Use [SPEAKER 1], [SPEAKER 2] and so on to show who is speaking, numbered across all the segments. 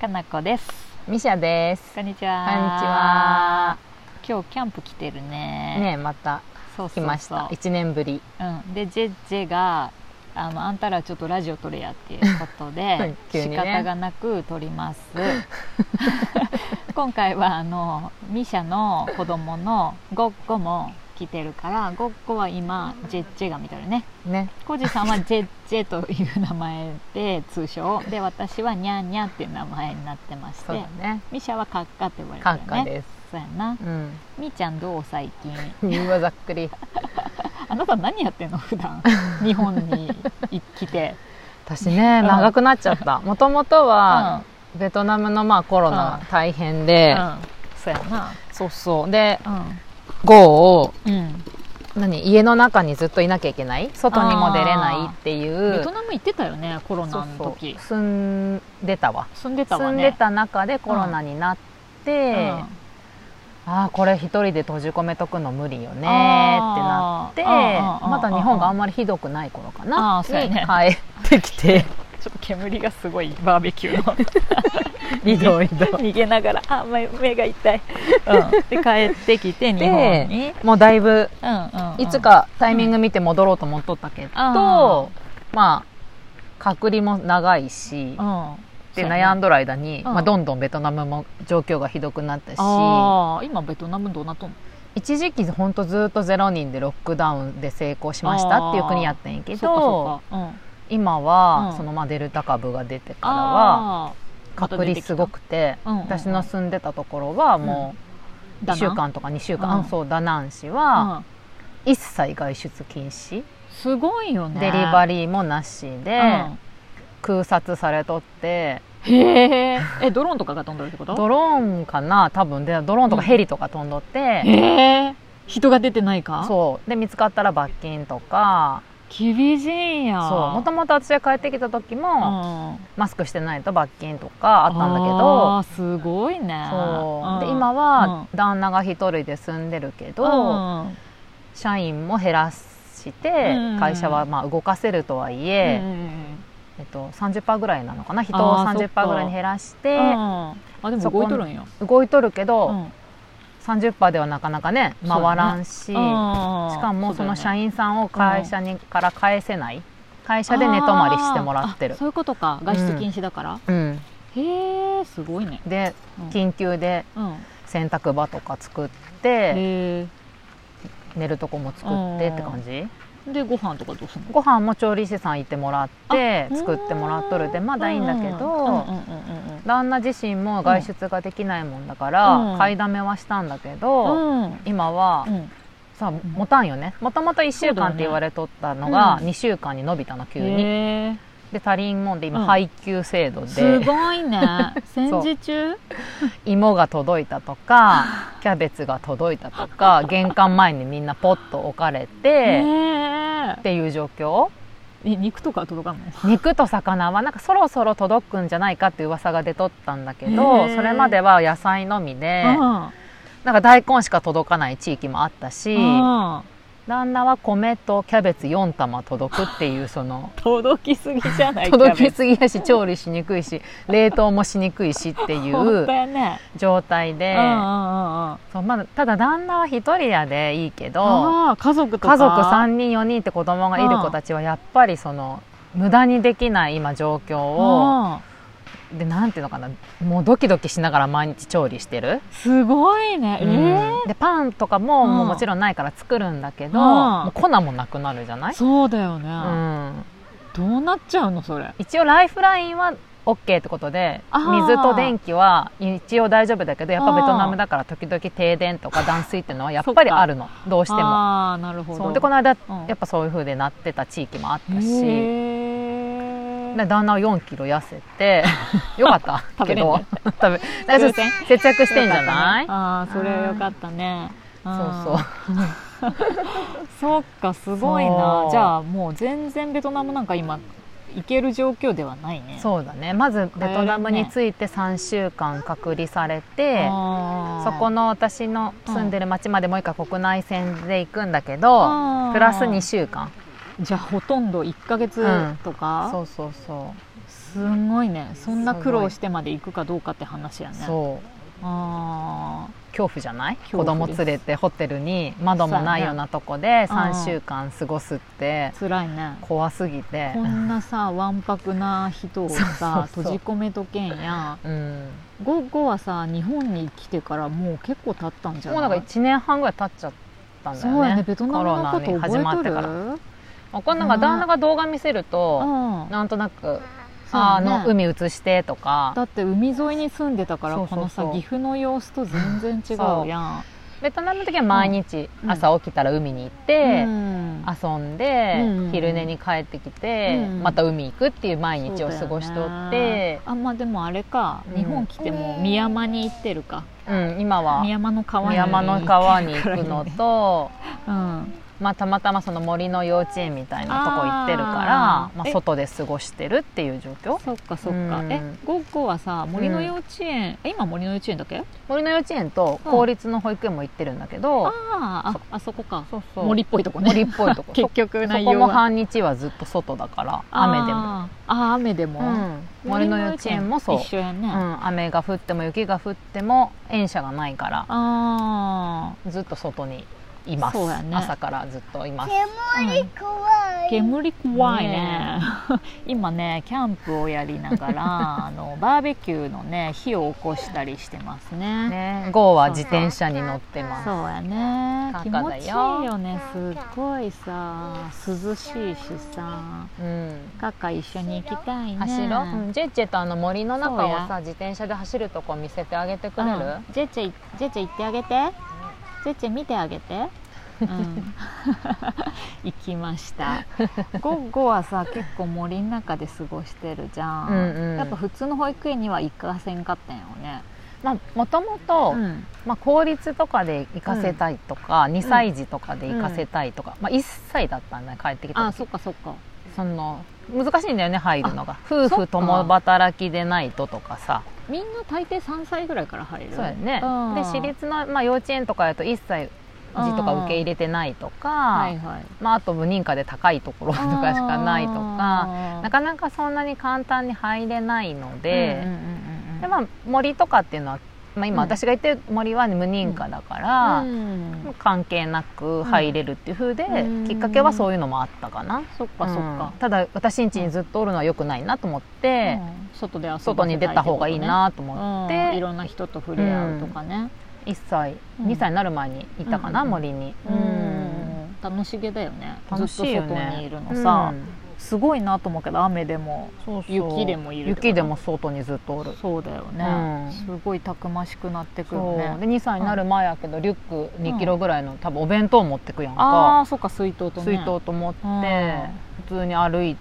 [SPEAKER 1] かなこです
[SPEAKER 2] ミシャです
[SPEAKER 1] こんにち
[SPEAKER 2] こ
[SPEAKER 1] は
[SPEAKER 2] んにちは
[SPEAKER 1] 今日キャンプ来てるね
[SPEAKER 2] ねえまた
[SPEAKER 1] そうそう
[SPEAKER 2] 来
[SPEAKER 1] そう
[SPEAKER 2] ました一年ぶり
[SPEAKER 1] うん、でジェジェがあの「あんたらちょっとラジオ撮れや」っていうことで、
[SPEAKER 2] い 急
[SPEAKER 1] 仕
[SPEAKER 2] にね
[SPEAKER 1] 方がなく撮り ます今回はあのミシャの子供のゴッコも来てるからゴッコは今ジェジェが見てるね
[SPEAKER 2] ね
[SPEAKER 1] コージさん はジェジェという名前で通称で私はニャーニャーっていう名前になってまし
[SPEAKER 2] そう
[SPEAKER 1] て
[SPEAKER 2] だね
[SPEAKER 1] ミシャはカッカって呼ばれて
[SPEAKER 2] カ
[SPEAKER 1] るね
[SPEAKER 2] ッカです
[SPEAKER 1] そうやな
[SPEAKER 2] うん
[SPEAKER 1] みーちゃんどう最近
[SPEAKER 2] 理由はざっくり
[SPEAKER 1] あなた何やってんの普 段日本にい来て
[SPEAKER 2] 私ね
[SPEAKER 1] うん
[SPEAKER 2] 長くなっちゃ ったもともとはベトナムのまあコロナ
[SPEAKER 1] うん
[SPEAKER 2] 大変
[SPEAKER 1] う
[SPEAKER 2] で
[SPEAKER 1] ん、そうやな
[SPEAKER 2] そうそうで
[SPEAKER 1] う
[SPEAKER 2] ゴーを
[SPEAKER 1] ん、うん、
[SPEAKER 2] 何家の中にずっといなきゃいけない外にも出れないっていう
[SPEAKER 1] ベトナム行ってたよねコロナの
[SPEAKER 2] そう
[SPEAKER 1] 時
[SPEAKER 2] そう住んでたわ
[SPEAKER 1] 住んでたわ
[SPEAKER 2] 住ん
[SPEAKER 1] ね
[SPEAKER 2] でた中でコロナになって、
[SPEAKER 1] うん
[SPEAKER 2] ああこれ一人で閉じ込めとくの無理よねってな
[SPEAKER 1] あー
[SPEAKER 2] って
[SPEAKER 1] あーあー
[SPEAKER 2] また日本があんまりひどくない頃か
[SPEAKER 1] あー
[SPEAKER 2] な
[SPEAKER 1] そうやね
[SPEAKER 2] に帰ってき て
[SPEAKER 1] ちょっと煙がすごいバーベキュー の
[SPEAKER 2] 移動移動
[SPEAKER 1] 逃げながらあ目目が痛い、うん、で帰ってきて日本に、
[SPEAKER 2] もうだいぶ
[SPEAKER 1] うんうんうん
[SPEAKER 2] いつかタイミング見て戻ろうと思っとったけど、
[SPEAKER 1] あ
[SPEAKER 2] まあ隔離も長いし、
[SPEAKER 1] うん
[SPEAKER 2] で悩ん
[SPEAKER 1] だ
[SPEAKER 2] どる間に、
[SPEAKER 1] ん
[SPEAKER 2] まあ、どんどんベトナムも状況がひどくなったし
[SPEAKER 1] あー今ベトナムどうなっとんの
[SPEAKER 2] 一時期ほんとずっと0人でロックダウンで成功しましたっていう国やったんやけ
[SPEAKER 1] そうか
[SPEAKER 2] ど
[SPEAKER 1] そうかうん
[SPEAKER 2] 今は、
[SPEAKER 1] うん
[SPEAKER 2] そのまあデルタ株が出てからは
[SPEAKER 1] あーまた
[SPEAKER 2] 隔
[SPEAKER 1] 出てき
[SPEAKER 2] 離
[SPEAKER 1] た
[SPEAKER 2] すごくて、
[SPEAKER 1] うんうんうん
[SPEAKER 2] 私の住んでたところはもう
[SPEAKER 1] だ
[SPEAKER 2] 1
[SPEAKER 1] な
[SPEAKER 2] 週間とか2週間、
[SPEAKER 1] うん
[SPEAKER 2] そうダナン市
[SPEAKER 1] う
[SPEAKER 2] は
[SPEAKER 1] ん
[SPEAKER 2] 一切外出禁止、
[SPEAKER 1] すごいよね
[SPEAKER 2] デリバ
[SPEAKER 1] リ
[SPEAKER 2] リーもなしで、
[SPEAKER 1] ー、
[SPEAKER 2] 空撮されとって
[SPEAKER 1] うんへええドローンとかが飛んでるってこと
[SPEAKER 2] ドローンかな多分でドローンとかヘリとか飛んどって、
[SPEAKER 1] へえ人が出てないか
[SPEAKER 2] そうで見つかったら罰金とか
[SPEAKER 1] 厳しいんや
[SPEAKER 2] そうもともと私が帰ってきた時
[SPEAKER 1] うん
[SPEAKER 2] も、マスクしてないと罰金とかあったんだけど
[SPEAKER 1] あーすごいね
[SPEAKER 2] そうで
[SPEAKER 1] ん
[SPEAKER 2] 今
[SPEAKER 1] うん
[SPEAKER 2] は旦那が一人で住んでるけど、
[SPEAKER 1] うん
[SPEAKER 2] 社員も減らして、
[SPEAKER 1] うん
[SPEAKER 2] 会社はまあ動かせるとはいえ、えっと、30%ぐらいなのかな人を
[SPEAKER 1] あーそっか
[SPEAKER 2] 30%ぐらいに減らし
[SPEAKER 1] うん
[SPEAKER 2] て
[SPEAKER 1] うんあでも
[SPEAKER 2] そこ
[SPEAKER 1] 動いとるんや
[SPEAKER 2] 動いとるけど、
[SPEAKER 1] うん
[SPEAKER 2] 30%ではなかなかね
[SPEAKER 1] そう
[SPEAKER 2] 回
[SPEAKER 1] ね
[SPEAKER 2] らんし、
[SPEAKER 1] うん
[SPEAKER 2] しかもその社
[SPEAKER 1] 員
[SPEAKER 2] 員さんを会社に、から返せない会社で寝泊まりしてもらってる
[SPEAKER 1] そういうことか外出禁止だから
[SPEAKER 2] うん、
[SPEAKER 1] へえすごいね
[SPEAKER 2] で
[SPEAKER 1] うん
[SPEAKER 2] 緊急で
[SPEAKER 1] うん
[SPEAKER 2] 洗濯場とか作って、
[SPEAKER 1] へ
[SPEAKER 2] 寝るとこも作ってって感じ、
[SPEAKER 1] えでご飯とかどうすんの
[SPEAKER 2] ご飯も調理師さん行ってもらって
[SPEAKER 1] あ
[SPEAKER 2] 作ってもらっとるでまだいいんだけど、
[SPEAKER 1] うんうんうんうんうん
[SPEAKER 2] 旦那自身も外出ができないもんだから、
[SPEAKER 1] うん
[SPEAKER 2] 買いだめはしたんだけど、
[SPEAKER 1] うん
[SPEAKER 2] 今は、
[SPEAKER 1] うん
[SPEAKER 2] さ持たんよねもともと1週間って言われとったの
[SPEAKER 1] そうだよ
[SPEAKER 2] が
[SPEAKER 1] ね
[SPEAKER 2] 2週間に伸びたの急に、
[SPEAKER 1] へえ
[SPEAKER 2] で足りんもんで
[SPEAKER 1] うん
[SPEAKER 2] 今配給制度
[SPEAKER 1] す
[SPEAKER 2] で、
[SPEAKER 1] ごい ね戦時中
[SPEAKER 2] 芋が届いたとか キャベツが届いたとか玄関前にみんなポッと置かれて、
[SPEAKER 1] え
[SPEAKER 2] っていう状況
[SPEAKER 1] え肉とか届かんの
[SPEAKER 2] 肉と魚はなんかそろそろ届くんじゃないかっていう噂が出とったんだけど、
[SPEAKER 1] へえ
[SPEAKER 2] それまでは野菜のみで、
[SPEAKER 1] うん
[SPEAKER 2] なんか大根しか届かない地域もあったし、
[SPEAKER 1] うん
[SPEAKER 2] 旦那は米とキャベツ4玉届くっていうその
[SPEAKER 1] 届きすぎじゃない
[SPEAKER 2] 届き
[SPEAKER 1] ぎ
[SPEAKER 2] すぎやし調理しにくいし冷凍もしにくいしってい
[SPEAKER 1] 本
[SPEAKER 2] う
[SPEAKER 1] 当やね
[SPEAKER 2] 状態
[SPEAKER 1] う
[SPEAKER 2] で
[SPEAKER 1] んうんうんうん
[SPEAKER 2] そうまだただ旦那は一人やでいいけど
[SPEAKER 1] あー家族とか
[SPEAKER 2] 家族3人4人って子供がいる子たちはやっぱりその無駄にできない今状況を
[SPEAKER 1] うん
[SPEAKER 2] でなんていうのかなもうドキドキしながら毎日調理してる、
[SPEAKER 1] すごいねえー
[SPEAKER 2] うんでパンとかも
[SPEAKER 1] うん
[SPEAKER 2] もうもちろんないから作るんだけど
[SPEAKER 1] うん
[SPEAKER 2] もう粉もなくなるじゃない、
[SPEAKER 1] そうだよ
[SPEAKER 2] う
[SPEAKER 1] ね
[SPEAKER 2] ん、
[SPEAKER 1] どうなっちゃうのそれ
[SPEAKER 2] 一応ライフラインは OK ってことで
[SPEAKER 1] あー
[SPEAKER 2] 水と電気は一応大丈夫だけどやっ
[SPEAKER 1] あ
[SPEAKER 2] ぱ
[SPEAKER 1] ー
[SPEAKER 2] ベトナムだから時々停電とか断水っていうのはやっぱりあるのどうしても
[SPEAKER 1] ああなるほ
[SPEAKER 2] そう
[SPEAKER 1] ど
[SPEAKER 2] でこの間
[SPEAKER 1] うん
[SPEAKER 2] やっぱそういう風でなってた地域もあったし、
[SPEAKER 1] へ
[SPEAKER 2] で
[SPEAKER 1] え
[SPEAKER 2] 旦那は4キロ痩せ てよかった
[SPEAKER 1] 食べ
[SPEAKER 2] け
[SPEAKER 1] れん
[SPEAKER 2] ど
[SPEAKER 1] ね
[SPEAKER 2] 食べだから
[SPEAKER 1] 偶然
[SPEAKER 2] 節約してんじゃない、
[SPEAKER 1] ああそれはよかったね
[SPEAKER 2] そうそう
[SPEAKER 1] そっかすごいな
[SPEAKER 2] そう
[SPEAKER 1] じゃあもう全然ベトナムなんか今行ける状況ではないねう
[SPEAKER 2] そうだねまずベトナムについて3週間隔離されて、そこ
[SPEAKER 1] の
[SPEAKER 2] の私の住んでる町までもう一回国内線で行くんだけど、プラス2週間
[SPEAKER 1] じゃあほとんど1ヶ月とか、
[SPEAKER 2] そうそうそ
[SPEAKER 1] すすごいねそんな苦労してまで行くかどうかって話やね
[SPEAKER 2] そう
[SPEAKER 1] あ
[SPEAKER 2] 恐怖じゃない
[SPEAKER 1] 恐
[SPEAKER 2] 子
[SPEAKER 1] 怖
[SPEAKER 2] 供
[SPEAKER 1] です
[SPEAKER 2] 連れてホテルに窓もないようなとこで
[SPEAKER 1] そうやね
[SPEAKER 2] 3週間過ごすって
[SPEAKER 1] つらいね
[SPEAKER 2] 怖すぎて
[SPEAKER 1] こんなさわんぱくな人をさ
[SPEAKER 2] そうそうそ
[SPEAKER 1] 閉
[SPEAKER 2] う
[SPEAKER 1] じ込めとけんや
[SPEAKER 2] うん
[SPEAKER 1] ゴッゴはさ日本に来てからもう結構経ったんじゃ
[SPEAKER 2] もう
[SPEAKER 1] な
[SPEAKER 2] ないんか1年半ぐらい経っちゃったんだよね
[SPEAKER 1] そうやねベトナムのこ
[SPEAKER 2] コ
[SPEAKER 1] と
[SPEAKER 2] ロナに始ま
[SPEAKER 1] 覚え
[SPEAKER 2] って
[SPEAKER 1] て
[SPEAKER 2] か
[SPEAKER 1] る
[SPEAKER 2] らわかんないが旦那が動画見せると
[SPEAKER 1] うん
[SPEAKER 2] なんとなく「
[SPEAKER 1] そう
[SPEAKER 2] あ
[SPEAKER 1] や
[SPEAKER 2] ー
[SPEAKER 1] ね
[SPEAKER 2] あの海映して」と
[SPEAKER 1] だ
[SPEAKER 2] か
[SPEAKER 1] って海沿いに住んでたから
[SPEAKER 2] そうそうそう
[SPEAKER 1] このさ岐阜の様子と全然違うやん
[SPEAKER 2] ベトナムの時は毎日
[SPEAKER 1] うん
[SPEAKER 2] 朝起きたら海に行って
[SPEAKER 1] うん
[SPEAKER 2] 遊んで
[SPEAKER 1] うん
[SPEAKER 2] 昼寝に帰ってきて
[SPEAKER 1] うん
[SPEAKER 2] また海行くっていう毎日を過ごしと
[SPEAKER 1] そうだ
[SPEAKER 2] っ
[SPEAKER 1] よ
[SPEAKER 2] て
[SPEAKER 1] ねあんまあでもあれか
[SPEAKER 2] うん
[SPEAKER 1] 日本来ても美山に行ってるか
[SPEAKER 2] うん今は
[SPEAKER 1] 美山の川
[SPEAKER 2] 美
[SPEAKER 1] に
[SPEAKER 2] 山の川に行くのと、
[SPEAKER 1] うん
[SPEAKER 2] まあ、たまたまその森の幼稚園みたいなとこ行ってるから
[SPEAKER 1] あー
[SPEAKER 2] まあ、
[SPEAKER 1] え
[SPEAKER 2] 外で過ごしてるっていう状況
[SPEAKER 1] そっかそっ
[SPEAKER 2] う
[SPEAKER 1] か
[SPEAKER 2] ん
[SPEAKER 1] えゴッゴはさ森の幼稚園え今森の幼稚園だっけ
[SPEAKER 2] 森の幼稚園と公立の保育園も行ってるんだけど、
[SPEAKER 1] あーああそこか
[SPEAKER 2] そうそう
[SPEAKER 1] 森っぽいとこね
[SPEAKER 2] 森っぽいと こ
[SPEAKER 1] 結局
[SPEAKER 2] そそ
[SPEAKER 1] 内
[SPEAKER 2] こ
[SPEAKER 1] 容
[SPEAKER 2] も
[SPEAKER 1] は
[SPEAKER 2] 半日はずっと外だから雨でも、
[SPEAKER 1] あーあー雨でも、
[SPEAKER 2] うん、森の幼稚園もそう
[SPEAKER 1] 一、緒やね、
[SPEAKER 2] うん、雨が降っても雪が降っても園舎がないから
[SPEAKER 1] あ
[SPEAKER 2] ずっと外にいます、
[SPEAKER 1] そうやね
[SPEAKER 2] 朝からずっといます
[SPEAKER 1] 煙怖い煙怖いね今ねキャンプをやりなが らあのバーベキューのね火を起こしたりしてますね
[SPEAKER 2] ねゴーは自転車に乗ってます
[SPEAKER 1] そうやね
[SPEAKER 2] カ
[SPEAKER 1] 気
[SPEAKER 2] カ
[SPEAKER 1] 持
[SPEAKER 2] だよ
[SPEAKER 1] ちいいよねすっごいさ涼しいしさ
[SPEAKER 2] うん
[SPEAKER 1] カカ一緒に行きたいね
[SPEAKER 2] 走ろう、うんジェッチェとあの森の中
[SPEAKER 1] そう
[SPEAKER 2] を
[SPEAKER 1] や
[SPEAKER 2] さ自転車で走るとこ見せてあげてく
[SPEAKER 1] う
[SPEAKER 2] れる、
[SPEAKER 1] んジェチェいジェチェ行ってあげてジェチェ見てあげて、 うん、行きましたゴッゴはさ結構森の中で過ごしてるじゃん、
[SPEAKER 2] うんうん
[SPEAKER 1] やっぱ普通の保育園には行かせんかったんよね、
[SPEAKER 2] まあもともと、
[SPEAKER 1] ん、
[SPEAKER 2] まあ、公立とかで行かせたいとか、2歳児とかで行かせたいとか、まあ、1歳だったんだよ帰ってき
[SPEAKER 1] あ
[SPEAKER 2] た
[SPEAKER 1] そ
[SPEAKER 2] 時
[SPEAKER 1] っかそっか
[SPEAKER 2] その難しいんだよね入るのが
[SPEAKER 1] そっ
[SPEAKER 2] 夫
[SPEAKER 1] か
[SPEAKER 2] 婦共働きでないととかさ
[SPEAKER 1] みんな大抵3歳ぐらいから入る
[SPEAKER 2] そうやね、
[SPEAKER 1] うん
[SPEAKER 2] で私立の、まあ、幼稚園とかやと1歳児とか受け入れてないとか、
[SPEAKER 1] はいはい
[SPEAKER 2] まあ、あと無認可で高いところとかしかないとか
[SPEAKER 1] あー
[SPEAKER 2] なかなかそんなに簡単に入れないので,、
[SPEAKER 1] うんうんうんうん
[SPEAKER 2] でまあ、森とかっていうのは、まあ、今
[SPEAKER 1] うん
[SPEAKER 2] 私が言ってる森は無認可だから、
[SPEAKER 1] うん
[SPEAKER 2] まあ関係なく入れるっていう風で、
[SPEAKER 1] うん
[SPEAKER 2] きっかけはそういうのもあったかな。
[SPEAKER 1] そっかそっか
[SPEAKER 2] うん、ただ私ん家にずっとおるのは良くないなと思っ
[SPEAKER 1] う
[SPEAKER 2] て、
[SPEAKER 1] ん外で遊ばせたいってこと
[SPEAKER 2] 外
[SPEAKER 1] ね
[SPEAKER 2] に出た方がいいなと思っ
[SPEAKER 1] うんい
[SPEAKER 2] て、
[SPEAKER 1] ろんな人と触れ合うとかね、
[SPEAKER 2] 1歳
[SPEAKER 1] うん
[SPEAKER 2] 2歳になる前に行ったかな、
[SPEAKER 1] うん
[SPEAKER 2] 森に、
[SPEAKER 1] うん楽しげだよね
[SPEAKER 2] 楽しいよ
[SPEAKER 1] ずっと外
[SPEAKER 2] ね
[SPEAKER 1] にいるのさ、
[SPEAKER 2] うん
[SPEAKER 1] すごいなと思うけど雨でも
[SPEAKER 2] そうそう
[SPEAKER 1] 雪でもいるってこと
[SPEAKER 2] 雪でも外にずっとおる
[SPEAKER 1] そうだよ
[SPEAKER 2] うん
[SPEAKER 1] ね、すごいたくましくなってくる
[SPEAKER 2] そうで
[SPEAKER 1] ね
[SPEAKER 2] 2歳になる前やけどリュック2キロぐらいの多分お弁当持ってくやん
[SPEAKER 1] あ
[SPEAKER 2] か、
[SPEAKER 1] あそっか水筒とね
[SPEAKER 2] 水筒と思って、
[SPEAKER 1] うん
[SPEAKER 2] 普通に歩い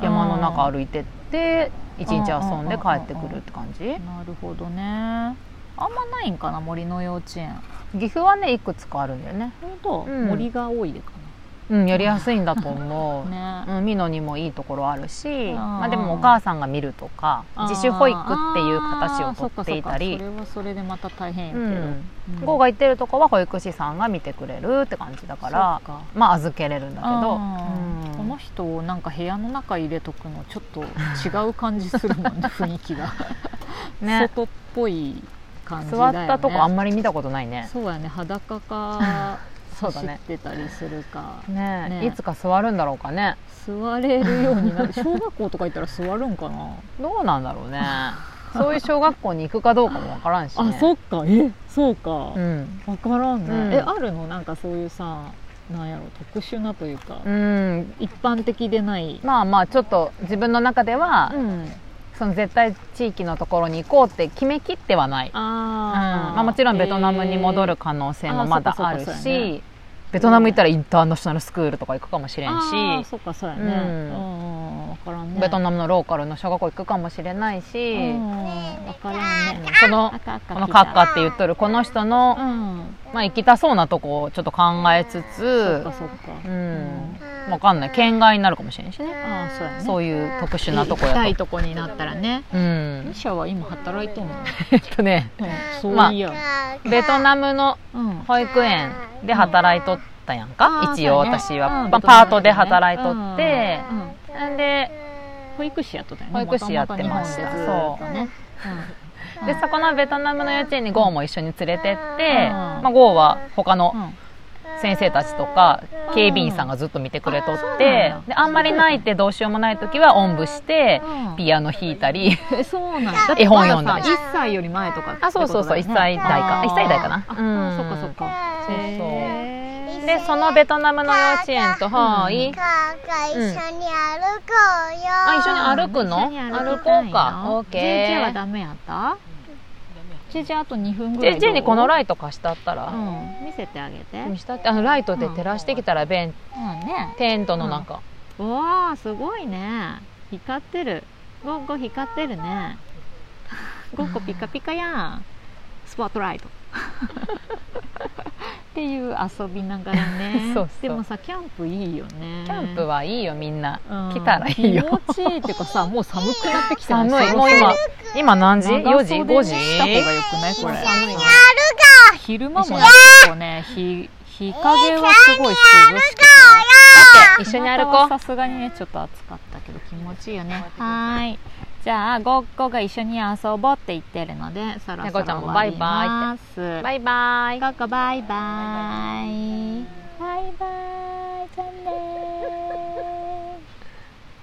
[SPEAKER 2] 山の中歩いてって一日遊んで帰ってくるって感じ、
[SPEAKER 1] なるほどねあんまないんかな森の幼稚園
[SPEAKER 2] 岐阜はねいくつかあるんだよね、
[SPEAKER 1] 本当、
[SPEAKER 2] うん
[SPEAKER 1] 森が多いでか
[SPEAKER 2] うん、やりやすいんだと思う、
[SPEAKER 1] な ね、
[SPEAKER 2] うん、美濃にもいいところあるし、
[SPEAKER 1] ん
[SPEAKER 2] まあ、でもお母さんが見るとか
[SPEAKER 1] あー
[SPEAKER 2] 自主保育っていう形をとっていた
[SPEAKER 1] あー
[SPEAKER 2] り
[SPEAKER 1] そっかそっかそれはそれでまた大変や
[SPEAKER 2] う
[SPEAKER 1] けど、
[SPEAKER 2] ん
[SPEAKER 1] うん
[SPEAKER 2] 郷が行ってるとこは保育士さんが見てくれるって感じだから
[SPEAKER 1] そっか
[SPEAKER 2] まあ預けれるんだけど、
[SPEAKER 1] あー
[SPEAKER 2] うん
[SPEAKER 1] この人をなんか部屋の中入れとくのちょっ と違う感じす るもんね雰囲気が、
[SPEAKER 2] ね
[SPEAKER 1] 外っぽい感じだ
[SPEAKER 2] 座
[SPEAKER 1] よ
[SPEAKER 2] っ
[SPEAKER 1] ね
[SPEAKER 2] たとこあんまり見たことないね
[SPEAKER 1] そうやね裸 か
[SPEAKER 2] そう
[SPEAKER 1] 走
[SPEAKER 2] だ
[SPEAKER 1] っ
[SPEAKER 2] ね
[SPEAKER 1] てたりするか、
[SPEAKER 2] ね
[SPEAKER 1] ね
[SPEAKER 2] いつか座るんだろうかね
[SPEAKER 1] 座れるようにな る小学校とか行ったら座るんかな、
[SPEAKER 2] どうなん だろうねそういう小学校に行くかどうかもわからんし、ね、
[SPEAKER 1] あそっかえそうか、
[SPEAKER 2] う
[SPEAKER 1] わ
[SPEAKER 2] ん、
[SPEAKER 1] 分からんね、
[SPEAKER 2] うん
[SPEAKER 1] えあるのなんかそういうさなんやろ特殊なというか、
[SPEAKER 2] うん、
[SPEAKER 1] 一般的でない、
[SPEAKER 2] まあまあちょっと自分の中では、
[SPEAKER 1] ん、
[SPEAKER 2] その絶対地域のところに行こうって決めきってはない、うん
[SPEAKER 1] あー、
[SPEAKER 2] まあ、もちろんベトナムに戻
[SPEAKER 1] え
[SPEAKER 2] る
[SPEAKER 1] ー
[SPEAKER 2] 可能性もまだある
[SPEAKER 1] あー
[SPEAKER 2] し、
[SPEAKER 1] そうかそうかそうやね
[SPEAKER 2] ベトナム行ったらインターナショナルスクールとか行くかもしれん
[SPEAKER 1] あー
[SPEAKER 2] し、
[SPEAKER 1] そっかそうやね、う
[SPEAKER 2] うん
[SPEAKER 1] う
[SPEAKER 2] ん、
[SPEAKER 1] ん分からんね
[SPEAKER 2] ベトナムのローカルの小学校行くかもしれないし、
[SPEAKER 1] うん分からんね
[SPEAKER 2] この
[SPEAKER 1] 赤赤
[SPEAKER 2] このカッカ
[SPEAKER 1] 聞い
[SPEAKER 2] って言っとるこの人の
[SPEAKER 1] た、うん
[SPEAKER 2] まあ、行きたそうなとこをちょっと考えつ
[SPEAKER 1] そっ
[SPEAKER 2] つ
[SPEAKER 1] か、そっか
[SPEAKER 2] う
[SPEAKER 1] うん
[SPEAKER 2] ん、わかんない県外になるかもしれんしね
[SPEAKER 1] ああそうやね
[SPEAKER 2] そういう特殊なとこ
[SPEAKER 1] 行きた
[SPEAKER 2] や
[SPEAKER 1] い
[SPEAKER 2] と。
[SPEAKER 1] とこになったらね
[SPEAKER 2] うん
[SPEAKER 1] ミ、シャは今働いとんの、
[SPEAKER 2] えっ とね
[SPEAKER 1] うん、そ
[SPEAKER 2] まあ
[SPEAKER 1] ういや、
[SPEAKER 2] ベトナムの
[SPEAKER 1] うん
[SPEAKER 2] 保育園で働いとったやんか、
[SPEAKER 1] うん
[SPEAKER 2] 一応
[SPEAKER 1] あーそうやね
[SPEAKER 2] 私は、
[SPEAKER 1] うん
[SPEAKER 2] まあ、
[SPEAKER 1] ベトナ
[SPEAKER 2] パ
[SPEAKER 1] ム
[SPEAKER 2] ートで働いとって、
[SPEAKER 1] うん
[SPEAKER 2] んで
[SPEAKER 1] 保育士やっとったよね
[SPEAKER 2] 保育士やってました
[SPEAKER 1] 元々日本でずっとねうん
[SPEAKER 2] でそこのベトナムの幼稚園にゴーも一緒に連れてって、
[SPEAKER 1] うん
[SPEAKER 2] まあ、ゴーは他の
[SPEAKER 1] うん
[SPEAKER 2] 先生たちとか警備員さんがずっと見てくれとって、
[SPEAKER 1] うん
[SPEAKER 2] であんまり泣いてどうしようもない時はおんぶして
[SPEAKER 1] うん
[SPEAKER 2] ピアノ弾いたり、
[SPEAKER 1] えそうなんだだって
[SPEAKER 2] 絵本読んだ
[SPEAKER 1] ま
[SPEAKER 2] り
[SPEAKER 1] ださ1歳より前とかってこと
[SPEAKER 2] あそうそうそう1歳代か
[SPEAKER 1] あー
[SPEAKER 2] 1歳代かな
[SPEAKER 1] あ、
[SPEAKER 2] うん
[SPEAKER 1] そっかそっか
[SPEAKER 2] そうそう
[SPEAKER 1] へー
[SPEAKER 2] でそのベトナムの幼稚園とはい、
[SPEAKER 1] うん
[SPEAKER 3] かか一緒に歩こうよ。
[SPEAKER 2] あ一緒に歩くの
[SPEAKER 1] 一緒に
[SPEAKER 2] 歩
[SPEAKER 1] き
[SPEAKER 2] こ
[SPEAKER 1] たいうな
[SPEAKER 2] かオーケ
[SPEAKER 1] JJ は
[SPEAKER 2] ー
[SPEAKER 1] ダメやった、JJ あと2分ぐらい
[SPEAKER 2] JJ にこの
[SPEAKER 1] イ
[SPEAKER 2] ライト貸したった
[SPEAKER 1] ト、う
[SPEAKER 2] ら、
[SPEAKER 1] ん、見せてあげて、う
[SPEAKER 2] 見したってあのライトで照らしてきたらベン
[SPEAKER 1] んね
[SPEAKER 2] テントの中、
[SPEAKER 1] うわあすごいね光ってるゴッゴ光ってるねゴッゴピカピカやんスポットライ トっていう遊びながらね
[SPEAKER 2] そうそう
[SPEAKER 1] でもさキャンプいいよね
[SPEAKER 2] キャンプはいいよみんな、
[SPEAKER 1] うん
[SPEAKER 2] 来たらいいよ
[SPEAKER 1] 気持ちいいってかさもう寒くなってきて
[SPEAKER 2] 寒
[SPEAKER 1] ない
[SPEAKER 2] もう今今何時4
[SPEAKER 1] 長
[SPEAKER 2] 時
[SPEAKER 1] 袖に
[SPEAKER 2] 5時
[SPEAKER 1] した方がよくないこれ
[SPEAKER 2] 寒いわ
[SPEAKER 1] 昼間もね結構ね日日陰はすごい涼しくて
[SPEAKER 2] 一緒に歩こ
[SPEAKER 1] 日向は
[SPEAKER 2] う
[SPEAKER 1] さすがにねちょっと暑かったけど気持ちいいよねはーいじゃあゴッゴが一緒に遊ぼうって言ってるのでそろそろ
[SPEAKER 2] 猫ちゃん
[SPEAKER 1] 終
[SPEAKER 2] も
[SPEAKER 1] わります
[SPEAKER 2] バイバイバイバーイ
[SPEAKER 1] ゴッゴバイバイバイバイ